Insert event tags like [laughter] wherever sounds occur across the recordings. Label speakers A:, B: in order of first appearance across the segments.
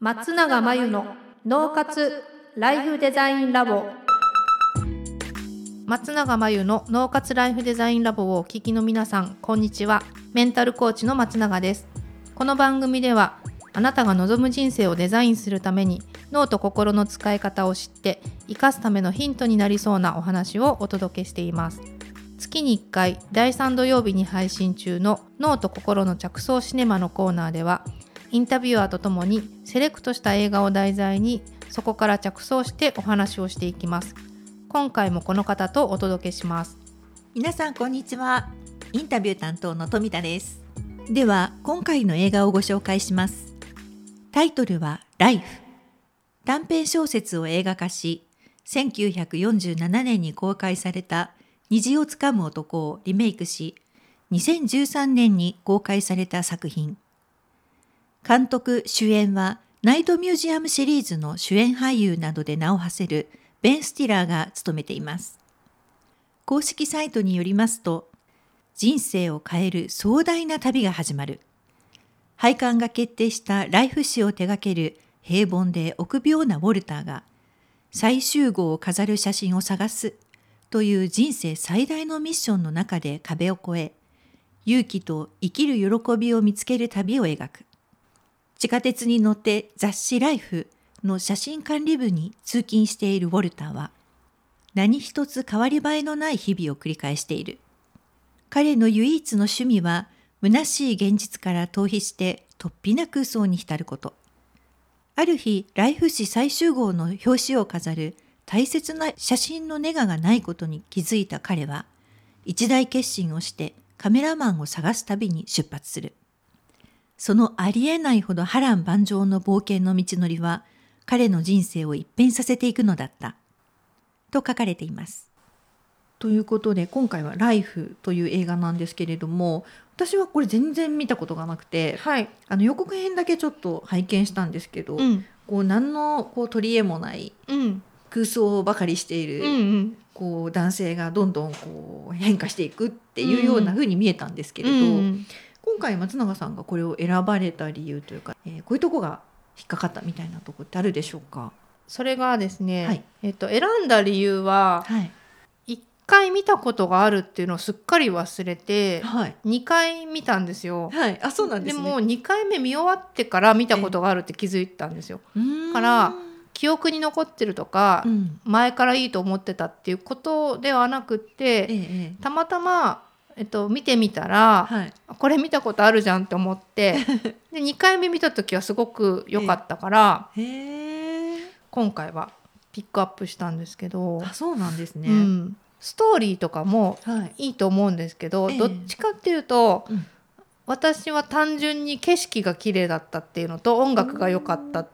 A: 松永真由の脳活ライフデザインラボ松永真由の脳活ライフデザインラボをお聞きの皆さんこんにちはメンタルコーチの松永ですこの番組ではあなたが望む人生をデザインするために脳と心の使い方を知って生かすためのヒントになりそうなお話をお届けしています月に1回第3土曜日に配信中の脳と心の着想シネマのコーナーではインタビュアーとともにセレクトした映画を題材にそこから着想してお話をしていきます今回もこの方とお届けします
B: 皆さんこんにちはインタビュー担当の富田ですでは今回の映画をご紹介しますタイトルはライフ短編小説を映画化し1947年に公開された虹をつかむ男をリメイクし2013年に公開された作品監督主演はナイトミュージアムシリーズの主演俳優などで名を馳せるベン・スティラーが務めています公式サイトによりますと人生を変える壮大な旅が始まる配管が決定したライフ誌を手掛ける平凡で臆病なウォルターが最終号を飾る写真を探すという人生最大のミッションの中で壁を越え勇気と生きる喜びを見つける旅を描く地下鉄に乗って雑誌「ライフの写真管理部に通勤しているウォルターは何一つ変わり映えのない日々を繰り返している彼の唯一の趣味は虚しい現実から逃避して突飛な空想に浸ることある日ライフ誌最終号の表紙を飾る大切な写真のネガがないことに気づいた彼は一大決心をしてカメラマンを探す旅に出発するそのありえないほど波乱万丈の冒険の道のりは彼の人生を一変させていくのだったと書かれています。
C: ということで今回は「ライフという映画なんですけれども私はこれ全然見たことがなくて
A: はい、
C: あの予告編だけちょっと拝見したんですけど、
A: ん、
C: こう何のこう取り柄もない
A: うん、
C: 空想ばかりしている、
A: うん、
C: こう男性がどんどんこう変化していくっていうような風に見えたんですけ
A: け
C: れど、今回松永さんがこれを選ばれた理由というか、えーこういうとこが引っかかったみたいなとこってあるでしょうか、
A: それがですね、
C: はい
A: えっと選んだ理由は
C: はい
A: 一回見たことがあるっていうのをすっかり忘れて
C: はい
A: 二回見たんですよ。
C: はい、あそうなんですね。
A: も二回目見終わってから見たことがあるって気づいたんですよ。
C: う
A: から記憶に残ってるとか
C: ーん、、うん
A: 前からいいと思ってたっていうことではなくって、
C: ええええ
A: たまたまえっと見てみたら、
C: はい、
A: これ見たことあるじゃんって思って
C: [laughs]
A: で2回目見た時はすごく良かったから、
C: へえ。
A: 今回はピックアップしたんですけど、
C: あ、そうなんですね。
A: うん、ストーリーとかも
C: はい。
A: いいと思うんですけど、
C: ええ
A: どっちかっていうと、
C: うん
A: 私は単純に景色が綺麗だったっていうのと音楽が良かった
C: っ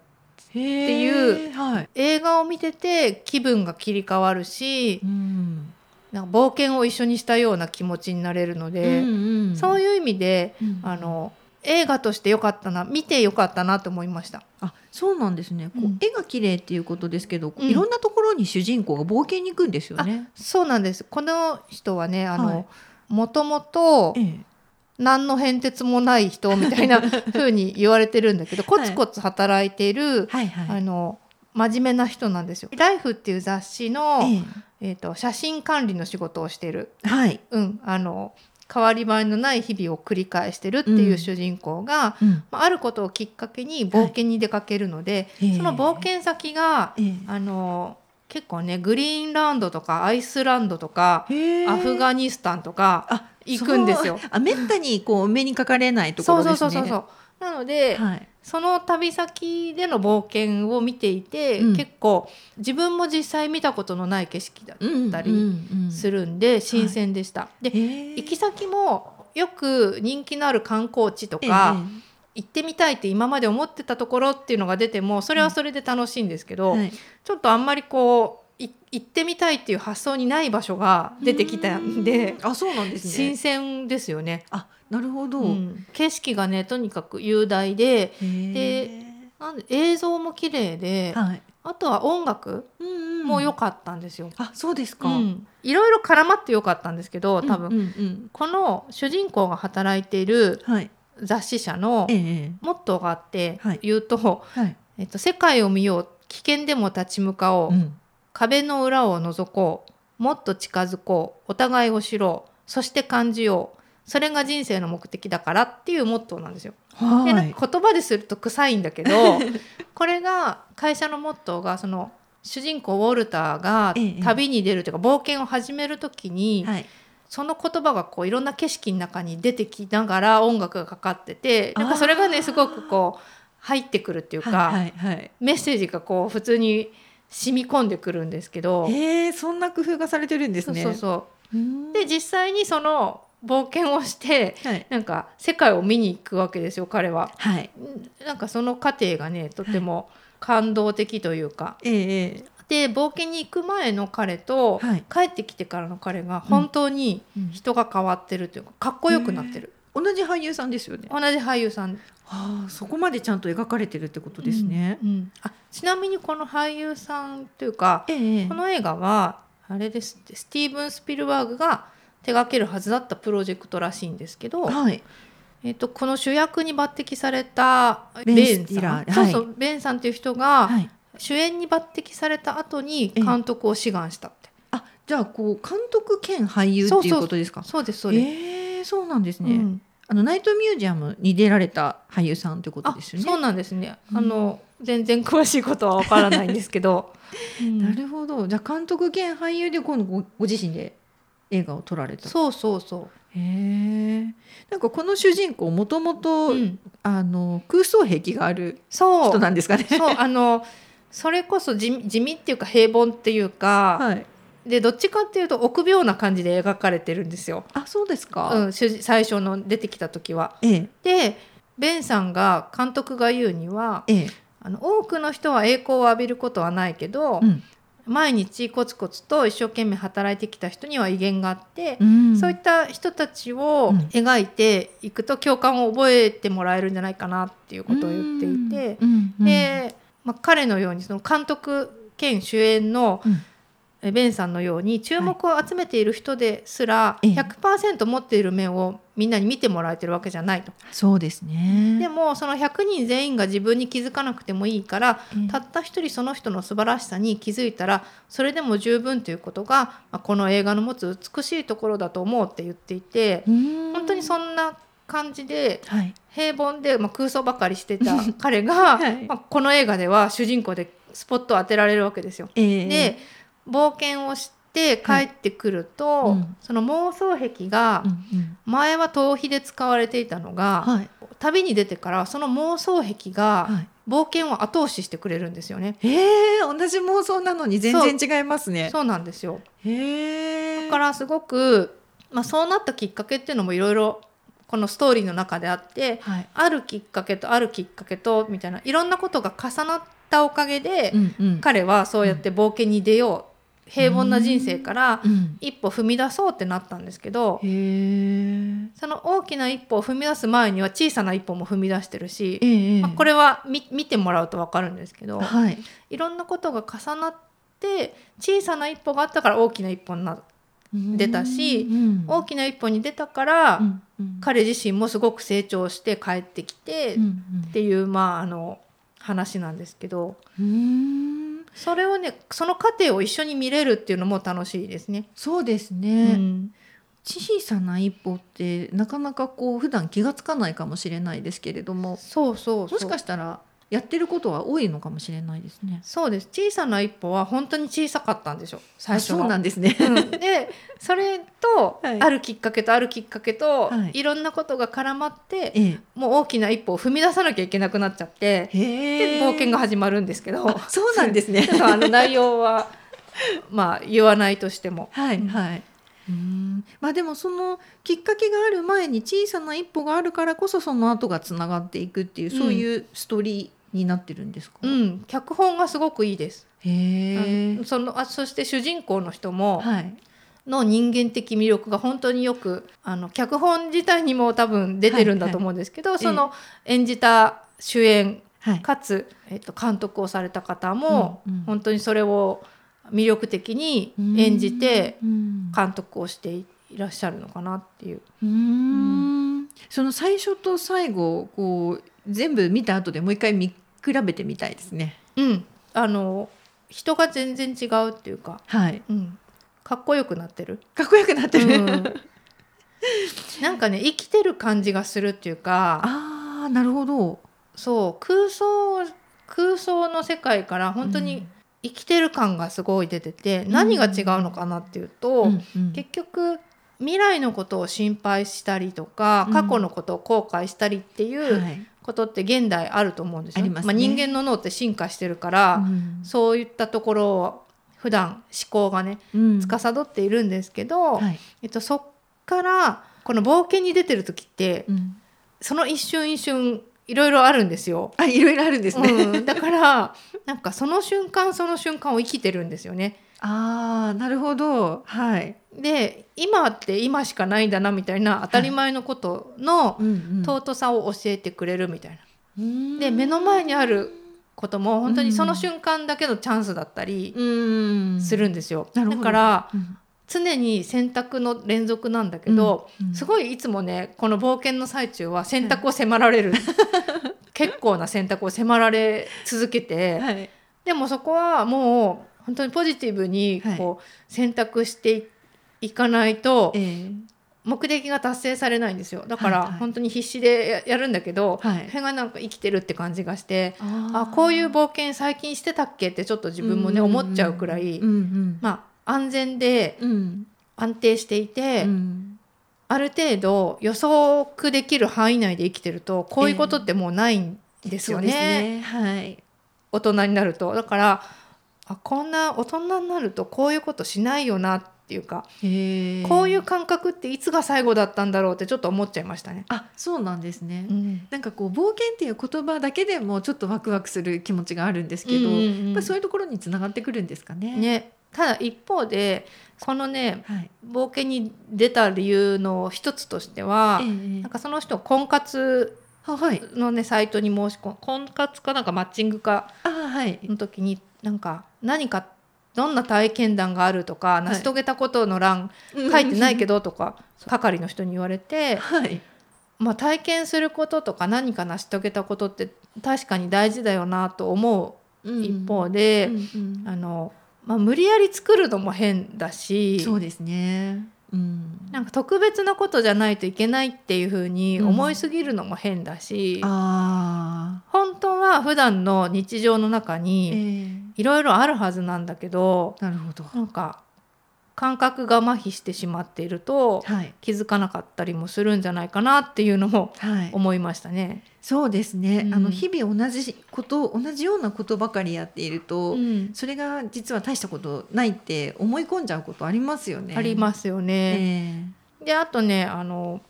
C: て、
A: いう
C: はい。
A: 映画を見てて気分が切り替わるし
C: うん。
A: なんか冒険を一緒にしたような気持ちになれるので、
C: うん
A: そう
C: い
A: いう意味で
C: うん、
A: あの映画として良かったな見て良かったなと思いました。
C: あ、そうなんですね。こう、
A: うん
C: 絵が綺麗っていうことですけど、こう
A: うん
C: いろんなところに主人公が冒険に行くんですよね。
A: そうなんですこの人はねあの、
C: はい
A: もともと
C: ええ。
A: 何の変哲もない人みたい
C: [laughs]
A: な風に言われてるんだけどコツコツ働いている、
C: はいは
A: あ
C: い。
A: の真面目な人なんですよ。ライフっていう雑誌の、え
C: え
A: ーと写真管理の仕事をしてる、
C: えはい。
A: うん、あの変わり映えのない日々を繰り返してるっていう主人公が、
C: うん。
A: まあ、あることをきっかけに冒険に出かけるので、
C: ええ
A: その冒。険先が、
C: え
A: あの結構ねグリーンランドとかアイスランドとか、
C: え。へえ
A: アフ。ガニスタンとか
C: あ、
A: 行くんですよ
C: そう。あ、めったにこう目にかかれないとこ
A: そう
C: ろ
A: そ
C: で
A: うそう
C: すね。
A: そうそうなので、
C: はい。
A: その旅先での冒険を見ていて、
C: うん
A: 結構自分も実際見たことのない景色だ
C: うん
A: たり
C: うんうん
A: するんで、新鮮でした。で
C: へえ
A: 行き先もよく人気のある観光地と
C: ええ
A: か、行ってみたいって今まで思ってたところっていうのが出てもそれはそれで楽しいんですけど、
C: はい
A: ちょっとあんまりこうい行ってみたいっていう発想にない場所が出てきたんで
C: うんあ、そうなんですね。
A: 新鮮ですよね。
C: あなるほど、
A: うん景色がねとにかく雄大ででなんで映像も綺麗で、
C: はい、
A: あとは音楽
C: うんう
A: も良かったんですよ。
C: あそうです
A: う
C: か、
A: んいろいろ絡まって良かったんですけど多分、
C: うんうん
A: この主人公が働いている
C: うんはい
A: 雑誌社の
C: ええ
A: モットーがあって、
C: はい
A: 言うと,、
C: はい
A: えっと、世界を見よう危険でも立ち向かおう、
B: うん
A: 壁の裏を覗こうもっと近づこうお互いを知ろうそして感じようそれが人生の目的だからっていうモットーなんですよ。で
C: は
A: ないん。か言葉ですると臭いんだけどこれが会社のモットーがその主人公ウォルターが
B: ええ
A: 旅に出るというか冒険を始める時に、
B: はい
A: その言葉がこういろんな景色の中に出てきながら音楽がかかっててなんかそれがねすごくこう入ってくるっていうか、
C: はいはい
A: メッセージがこう普通に染み込んでくるんですけど
C: はい。。へえ、そんな工夫がされてるんです
A: そう
C: ね。
A: そうそう
C: う
A: うんんで実際にその冒険をして
C: はい
A: なんか世界を見に行くわけですよ彼は。
C: はい。
A: んなんかその過程がねとても感動的というか。
C: えええ
A: で冒険に行く前の彼と
C: えはい。
A: 帰ってきてからの彼が本当に人が変わってるというかかっこよくなってる
C: 同じ俳優さんですよね。
A: 同じ俳優さん
C: ああ、そこまでちゃんと描かれてるってことですね。
A: うんあちなみにこの俳優さんというか
C: ええええ
A: この映画はあれですってスティーブン・スピルバーグが手掛けるはずだったプロジェクトらしいんですけど、
C: はい。
A: えっとこの主役に抜擢された
C: ベン
A: ベン
C: スティ
A: さ
C: ラ
A: ん
C: ー
A: そう
C: はい
A: そうベンさんという人が
C: はい。
A: 主演に抜擢された後に
C: ええ
A: 監督を志願したって、
C: あ、じゃあこう監督兼俳優っていうことですか。
A: そうですそうです、
C: ええそうなんですね。
A: うん
C: あのナイトミュージアムに出られた俳優さんということ
A: あ
C: ですよね。
A: そうなんですね、
C: うん
A: あの全然詳しいことはわからないんですけ
C: [laughs]
A: ど、うん
C: なるほど。じゃあ監督兼俳優で今度ごご自身で映画を撮られた。
A: そうそうそ
C: へえ。なんかこの主人公もとも
A: う、
C: と
A: うん
C: あの空想癖がある
A: そ
C: 人
A: う
C: なんですかね。
A: そうあのそれこそ地味地味っていうか平凡っていうか、
C: はい。
A: でどっちかっていうと臆病な感じで描かれてるんですよ、
C: あ、そうですか。
A: うん、主人最初の出てきた時は。
C: ええ
A: でベンさんが監督が言うには
C: ええ。
A: あの多くの人は栄光を浴びることはないけど、
C: うん
A: 毎日コツコツと一生懸命働いてきた人には威厳があって、
C: うん
A: そういった人たちを
C: うん
A: 描いていくと共感を覚えてもらえるんじゃないかなっていうことを言っていて、
C: うんうん
A: で、まあ、彼のようにその監督兼主演の、
C: うん
A: えベンさんのように注目を集めている人ですら、
C: ええ
A: 100%持っている面をみんなに見てもらえてるわけじゃないと。
C: そうですね。
A: でもその100人全員が自分に気づかなくてもいいから
C: ええ
A: たった一人その人の素晴らしさに気づいたらそれでも十分ということが、まあこの映画の持つ美しいところだと思うって言っていて
C: うん
A: 本当にそんな感じで
C: はい。
A: 平凡で、まあ空想ばかりしてた彼が、
C: [laughs] はい
A: まあこの映画では主人公でスポットを当てられるわけですよ。
C: ええ
A: で冒険をして帰ってくると、
C: はいうん
A: その妄想癖が
C: うんうん
A: 前は逃避で使われていたのが。
C: はい
A: 旅に出てからその妄想癖が
C: はい。
A: 冒険を後押ししてくれるんですよね。
C: ええ同じ妄想なのに全然違いますね。
A: そうなんですよ。
C: へえ。
A: だからすごくまあそうなったきっかけっていうのもいろいろこのストーリーの中であって、
C: はい。
A: あるきっかけとあるきっかけとみたいないろんなことが重なったおかげで、
C: うんうん。
A: 彼はそうやって冒険に出よう、平凡な人生から
C: うん。
A: 一歩踏み出そうってなったんですけど、
C: へえ。
A: その大きな一歩を踏み出す前には小さな一歩も踏み出してるし、
C: ええ。
A: まあこれは見見てもらうとわかるんですけど。
C: はい。
A: いろんなことが重なって小さな一歩があったから大きな一歩になる、出たし
C: うん、
A: 大きな一歩に出たから、
C: うんうん
A: 彼自身もすごく成長して帰ってきて、
C: うん
A: っ
C: うん
A: ていうまああの話なんですけど
C: うーん
A: それをねその過程を一緒に見れるっていうのも楽しいですね。
C: そうです
A: う
C: ね、
A: ん
C: 小さな一歩ってなかなかこう普段気がつかないかもしれないですけれども
A: そうそうそう
C: もしかしたらやってることは多いのかもしれないですね。
A: そうです小さな一歩は本当に小さかったんでしょ最初
C: あ
A: は
C: そうなんです
A: [laughs]
C: ね。
A: うんでそれと、
C: [laughs] はい
A: あるきっかけとあるきっかけと、
C: はい
A: いろんなことが絡まって
C: ええ
A: もう大きな一歩を踏み出さなきゃいけなくなっちゃって、
C: へ
A: で
C: え
A: 冒険が始まるんですけど、
C: あそうなんですね
A: [laughs] ちょ。っとあの内容はまあ言わないとしても、
C: [laughs] はい
A: うん
C: はい。うーんまあでもそのきっかけがある前に小さな一歩があるからこそその後がつながっていくっていう、
A: うん
C: そういうストーリーになってるんですか。
A: う
C: へ
A: ん、脚本がすごくいいです。
C: え
A: あの。そのあそして主人公の人も
C: はい。
A: の人間的魅力が本当によくあの脚本自体にも多分出てるんだと思うんですけど、
C: い
A: その演じた主演
C: はい。
A: かつ、えっと、監督をされた方も
C: うんうん
A: 本当にそれを魅力的に演じて
C: うん
A: 監督をしていらっしゃるのかなっていう。
C: うーんその最初と最後こう全部見た後でもう一回見比比べてみたいですね。
A: うんあの人が全然違うっていうか、
C: はい。
A: うん、かっこよくなってる、
C: かっこよくなってる。
A: うん [laughs] なんかね生きてる感じがするっていうか
C: [laughs] ああ、なるほど。
A: そう空想空想の世界から本当
C: う
A: に
C: ん
A: 生きてる感がすごい出てて、
C: ん
A: 何が違うのかなっていうと、
C: うんうん
A: 結局未来のことを心配したりとか
C: うん
A: 過去のことを後悔したりっていう
C: はい。
A: ことって現代あると思うんですよ、
C: ありますね
A: あ、人間の脳って進化してるから、そういったところを普段思考がね
C: うん
A: 司っているんですけど、
C: はい。
A: えっと、そっからこの冒険に出てる時って、
C: うん
A: その一瞬一瞬いろいろあるんですよ。
C: あ、いろいろあるんですね。
A: うん、だからなんかその瞬間その瞬間を生きてるんですよね。
C: [laughs] ああ、なるほど。はい。
A: で今って今しかないんだなみたいな当たり前のことの
C: うん
A: 尊さを教えてくれるみたいな
C: うん
A: で目の前にあることも本当
C: う
A: に
C: ん
A: その瞬間だけのチャンスだったり
C: うん
A: するんですよ。
C: なるほ
A: だ
C: ど
A: から
C: うん
A: 常に選択の連続なんだけど、
C: うん
A: すごいいつもねこの冒険の最中は選択を迫られる、 [laughs] 結構な選択を迫られ続けて、
C: はい
A: でもそこはもう本当にポジティブにこう選択してい,、かないと
C: ええ
A: 目的が達成されないんですよだか
C: は
A: ら
C: いはい
A: 本当に必死でややるんだけど、
C: はい
A: それがなんか生きてるって感じがして
C: あ
A: あ
C: ー
A: こういう冒険最近してたっけってちょっと自分もね
C: んんん
A: 思っちゃうくらい、
C: うんうん
A: まあ安全で
C: うん
A: 安定していて、
C: うん
A: ある程度予測できる範囲内で生きてるとこういうことってもうないんですよね,、
C: そうですねはい
A: 大人になるとだからあこんな大人になるとこういうことしないよなっていうか、
C: へー
A: こういう感覚っていつが最後だったんだろうってちょっと思っちゃいましたね。
C: あそうなんですね
A: うん
C: なんかこう冒険っていう言葉だけでもちょっとワクワクする気持ちがあるんですけど
A: うんうん
C: やっ
A: うん
C: ぱりそういうところにつながってくるんですかね
A: ね、ただ一方でこのね
C: はい
A: 冒険に出た理由の一つとしては、
C: ええ
A: なんかその人婚活
C: あはい
A: のねサイトに申し込ん婚活かなんかマッチングか
C: あはい
A: の時になんか何かどんな体験談があるとか
C: い
A: 成し遂げたことの欄書いてないけ
C: ど
A: どと
C: [laughs]
A: か係の人に言われて、
C: はい
A: まあ、体験することとか何か成し遂げたことって確かに大事だよなと思う一方で、
C: うんうん
A: あのまあ、無理やり作るのも変だし
C: そうですねうん
A: なんか特別なことじゃないといけないっていうふうに思いすぎるのも変だし、
C: あ
A: 本当は普段の日常の中
C: ー
A: に
C: ええ
A: いろいろあるはずなんだけど
C: なるほど
A: なんか感覚が麻痺してしまっていると
C: はい
A: 気づかなかったりもするんじゃないかなっていうのも
C: はい
A: 思いましたね。
C: そうですね、
A: うん
C: あの日々同じこと同じようなことばかりやっていると、
A: うん
C: それが実は大したことないって思い込んじゃうことありますよね。
A: あり
C: す、
A: ますよね。
C: え
A: であとねあの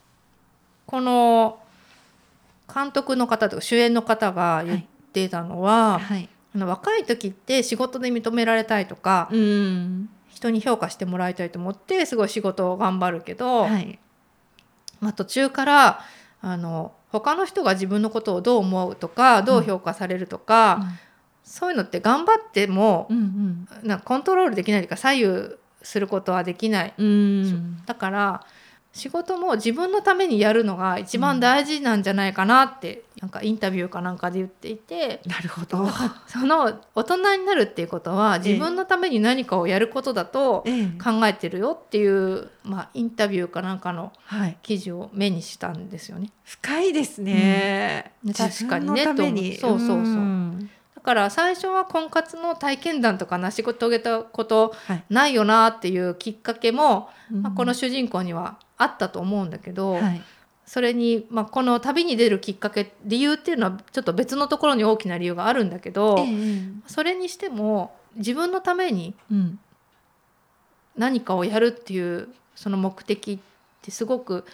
A: この監督の方とか主演の方が言ってたの
C: え
A: は、
C: はい、
A: あの若い時って仕事で認められたいとか、
C: うん、
A: 人に評価してもらいたいと思ってすごい仕事を頑張るけど、
C: はい、
A: まあ、途中からあの他の人が自分のことをどう思うとかどう評価されるとか、そういうのって頑張っても
C: う、ん、
A: なんかコントロールできないというか左右することはできない
C: うん、うん、
A: だから仕事も自分のためにやるのが一番大事なんじゃないかなって、なんかインタビューかなんかで言っていて
C: なるほど。
A: その大人になるっていうことは自分のために何かをやることだと
C: ええ、
A: 考えてるよっていう、まあ、インタビューかなんかの
C: はい、
A: 記事を目にしたんですよね。
C: 深いですね。
A: うん確かにね
C: 自分のために、
A: と思うそうそうそうんだから最初は婚活の体験談とか成し遂げたこと
C: はい、
A: ないよなっていうきっかけも、まあ、この
C: 人、
A: 主人公にはあったと思うんだけど、
C: はい、
A: それに、まあ、この旅に出るきっかけ理由っていうのはちょっと別のところに大きな理由があるんだけど、
C: ええ、
A: それにしても自分のために
C: うん、
A: 何かをやるっていうその目的ってすごく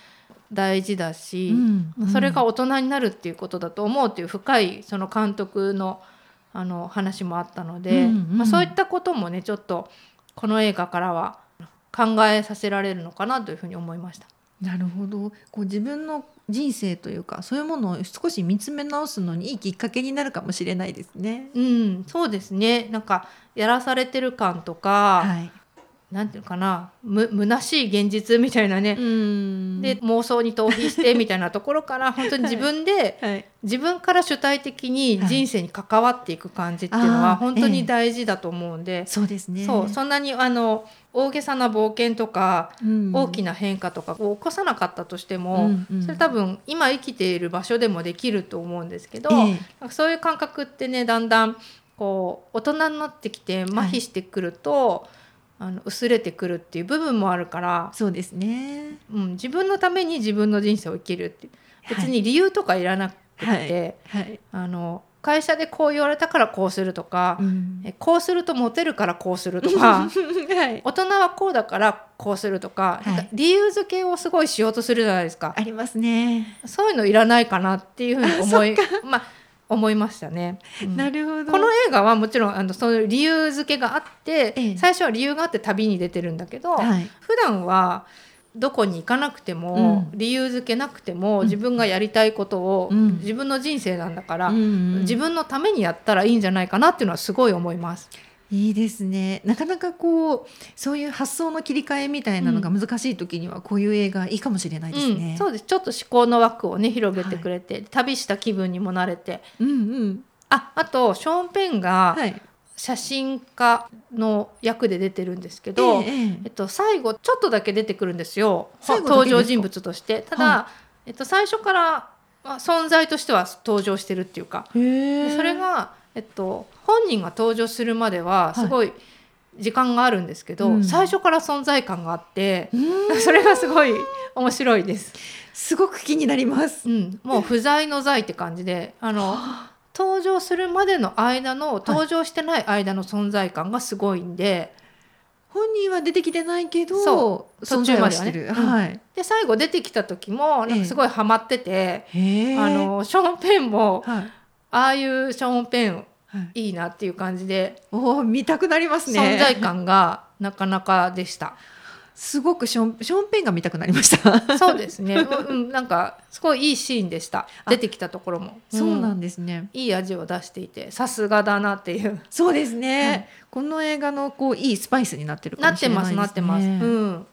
A: 大事だし、
C: うん
A: それが大人になるっていうことだと思うっていう深いその監督のあの話もあったので、
C: うんうん
A: まあ、そういったこともねちょっとこの映画からは考えさせられるのかなというふうに思いました。
C: なるほどこう自分の人生というかそういうものを少し見つめ直すのにいいきっかけになるかもしれないですね。
A: うん、そうですねなんかやらされてる感とか、
C: はい、
A: なんていうのかなむ虚しい現実みたいなね、
C: うん
A: で妄想に逃避してみたいなところから本当に自分で、
C: はい、
A: 自分から主体的に人生に関わっていく感じっていうの
C: はいあ
A: は
C: ー
A: 本当に大事だと思うんで、
C: そうですね
A: そうそんなにあの大げさな冒険とか
C: うん
A: 大きな変化とかを起こさなかったとしても、
C: うんうん
A: それ多分今生きている場所でもできると思うんですけど、
C: ええ
A: なんかそういう感覚ってねだんだんこう大人になってきて麻痺してくると、あの薄れてくるっていう部分もあるから、
C: そうですね
A: うん、自分のために自分の人生を生きるって
C: はい
A: 別に理由とかいらなくて、
C: はい、
A: あの会社でこう言われたからこうするとか、
C: うん
A: えこうするとモテるからこうすると
C: [laughs]
A: か
C: はい、
A: 大人 [laughs] はこうだからこうするとか,、
C: はい
A: なんか理由付けをすごいしようとするじゃないですか
C: ありますね、
A: そういうのいらないかなっていうふうに思
C: [laughs]
A: い [laughs] まあ思いましたね。うん
C: なるほど
A: この映画はもちろんあのその理由付けがあって、
C: ええ
A: 最初は理由があって旅に出てるんだけど、
C: はい、
A: 普段はどこに行かなくても、
C: う
A: 理由付けなくても、
C: うん
A: 自分がやりたいことを、
C: うん
A: 自分の人生なんだから、
C: うんうん
A: 自分のためにやったらいいんじゃないかなっていうのはすごい思います。
C: いいですねなかなかこうそういう発想の切り替えみたいなのが
A: う
C: 難しい時にはこういう映画いいかもしれないですね
A: うん、。そうですちょっと思考の枠をね広げてくれて、旅した気分にもなれて
C: うんうん
A: ああとショーン・ペンが
C: はい
A: 写真家の役で出てるんですけど、
C: とええ
A: えっと、最後ちょっとだけ出てくるんですよ
C: 最後だけ
A: 登場
C: ですか
A: 人物としてただ、
C: は
A: えっと、最初からまあ存在としては登場してるっていうかでそれが、えっと、本人が登場するまではすごい時間があるんですけど、
C: うん
A: 最初から存在感があって
C: う、 [laughs] ん
A: それがすごい面白いです、
C: すごく気になります。
A: うん、もう不在の在って感じであの登場するまでの間の登場してない間の存在感がすごいんで。
C: 本人は出てきてないけど
A: そ
C: 存在はしてる。
A: 途中までは
C: はい。
A: で最後出てきた時もなんかすごいハマってて、
C: へえ
A: あのショーン・ペンも
C: はい
A: ああいうショーン・ペン
C: はい。
A: いいなっていう感じで、
C: おお見たくなりますね。
A: 存在感がなかなかでした。
C: すごくションショーンペンが見たくなりました。
A: そうですね。うんうんなんかすごいいいシーンでした。
C: あ
A: 出てきたところも、
C: そうなん
A: ん
C: ですね。
A: いい味を出していてさすがだなって
C: [laughs]
A: いう。
C: そうですね。この映画のこういいスパイスになってるか
A: な
C: も
A: っ
C: しれ
A: て
C: ない
A: ま
C: ですすね。
A: なってます。うん。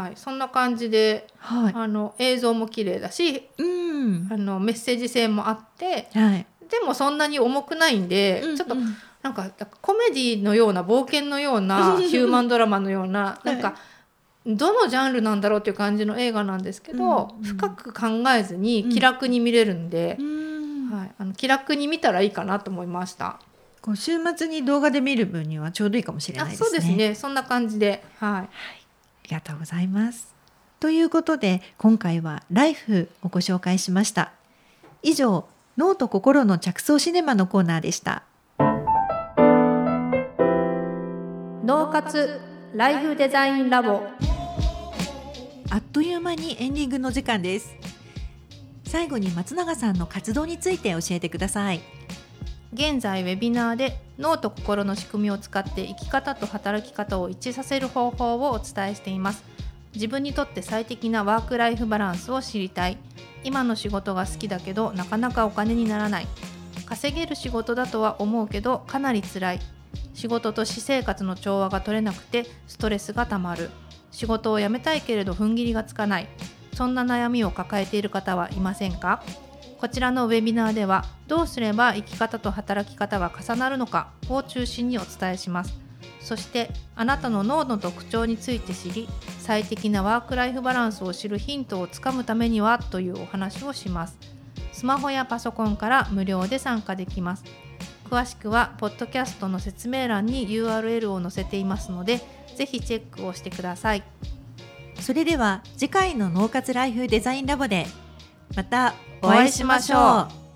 A: はい、そんな感じで、
C: はい。
A: あの映像も綺麗だし、
C: うん。
A: あのメッセージ性もあって、
C: はい。
A: でもそんなに重くないんで、ちょっと
C: うん
A: なんかコメディのような冒険のような
C: [laughs]
A: ヒューマンドラマのようななんか、
C: は
A: どのジャンルなんだろうっていう感じの映画なんですけど、
C: うんうん
A: 深く考えずに
C: うん
A: 気楽に見れるんで
C: う、ん
A: はい、あの気楽に見たらいいかなと思いました。
C: こう週末に動画で見る分にはちょうどいいかもしれない
A: あ
C: ですね。
A: そうですねそんな感じで、はい、
C: ありがとうございます。ということで今回は「ライフをご紹介しました。以上「脳と心の着想シネマ」のコーナーでした。
A: 脳活ライフデザインラボ
C: あっという間にエンディングの時間です。最後に松永さんの活動について教えてください。
A: 現在ウェビナーで脳と心の仕組みを使って生き方と働き方を一致させる方法をお伝えしています自分にとって最適なワークライフバランスを知りたい今の仕事が好きだけどなかなかお金にならない稼げる仕事だとは思うけどかなり辛い仕事と私生活の調和が取れなくてストレスがたまる仕事を辞めたいけれど踏ん切りがつかないそんな悩みを抱えている方はいませんかこちらのウェビナーではどうすれば生き方と働き方が重なるのかを中心にお伝えしますそしてあなたの脳の特徴について知り最適なワークライフバランスを知るヒントをつかむためにはというお話をしますスマホやパソコンから無料で参加できます詳しくはポッドキャストの説明欄に URL を載せていますのでぜひチェックをしてください
C: それでは次回の「脳活ライフデザインラボで」また
A: お会いしましょ
C: う。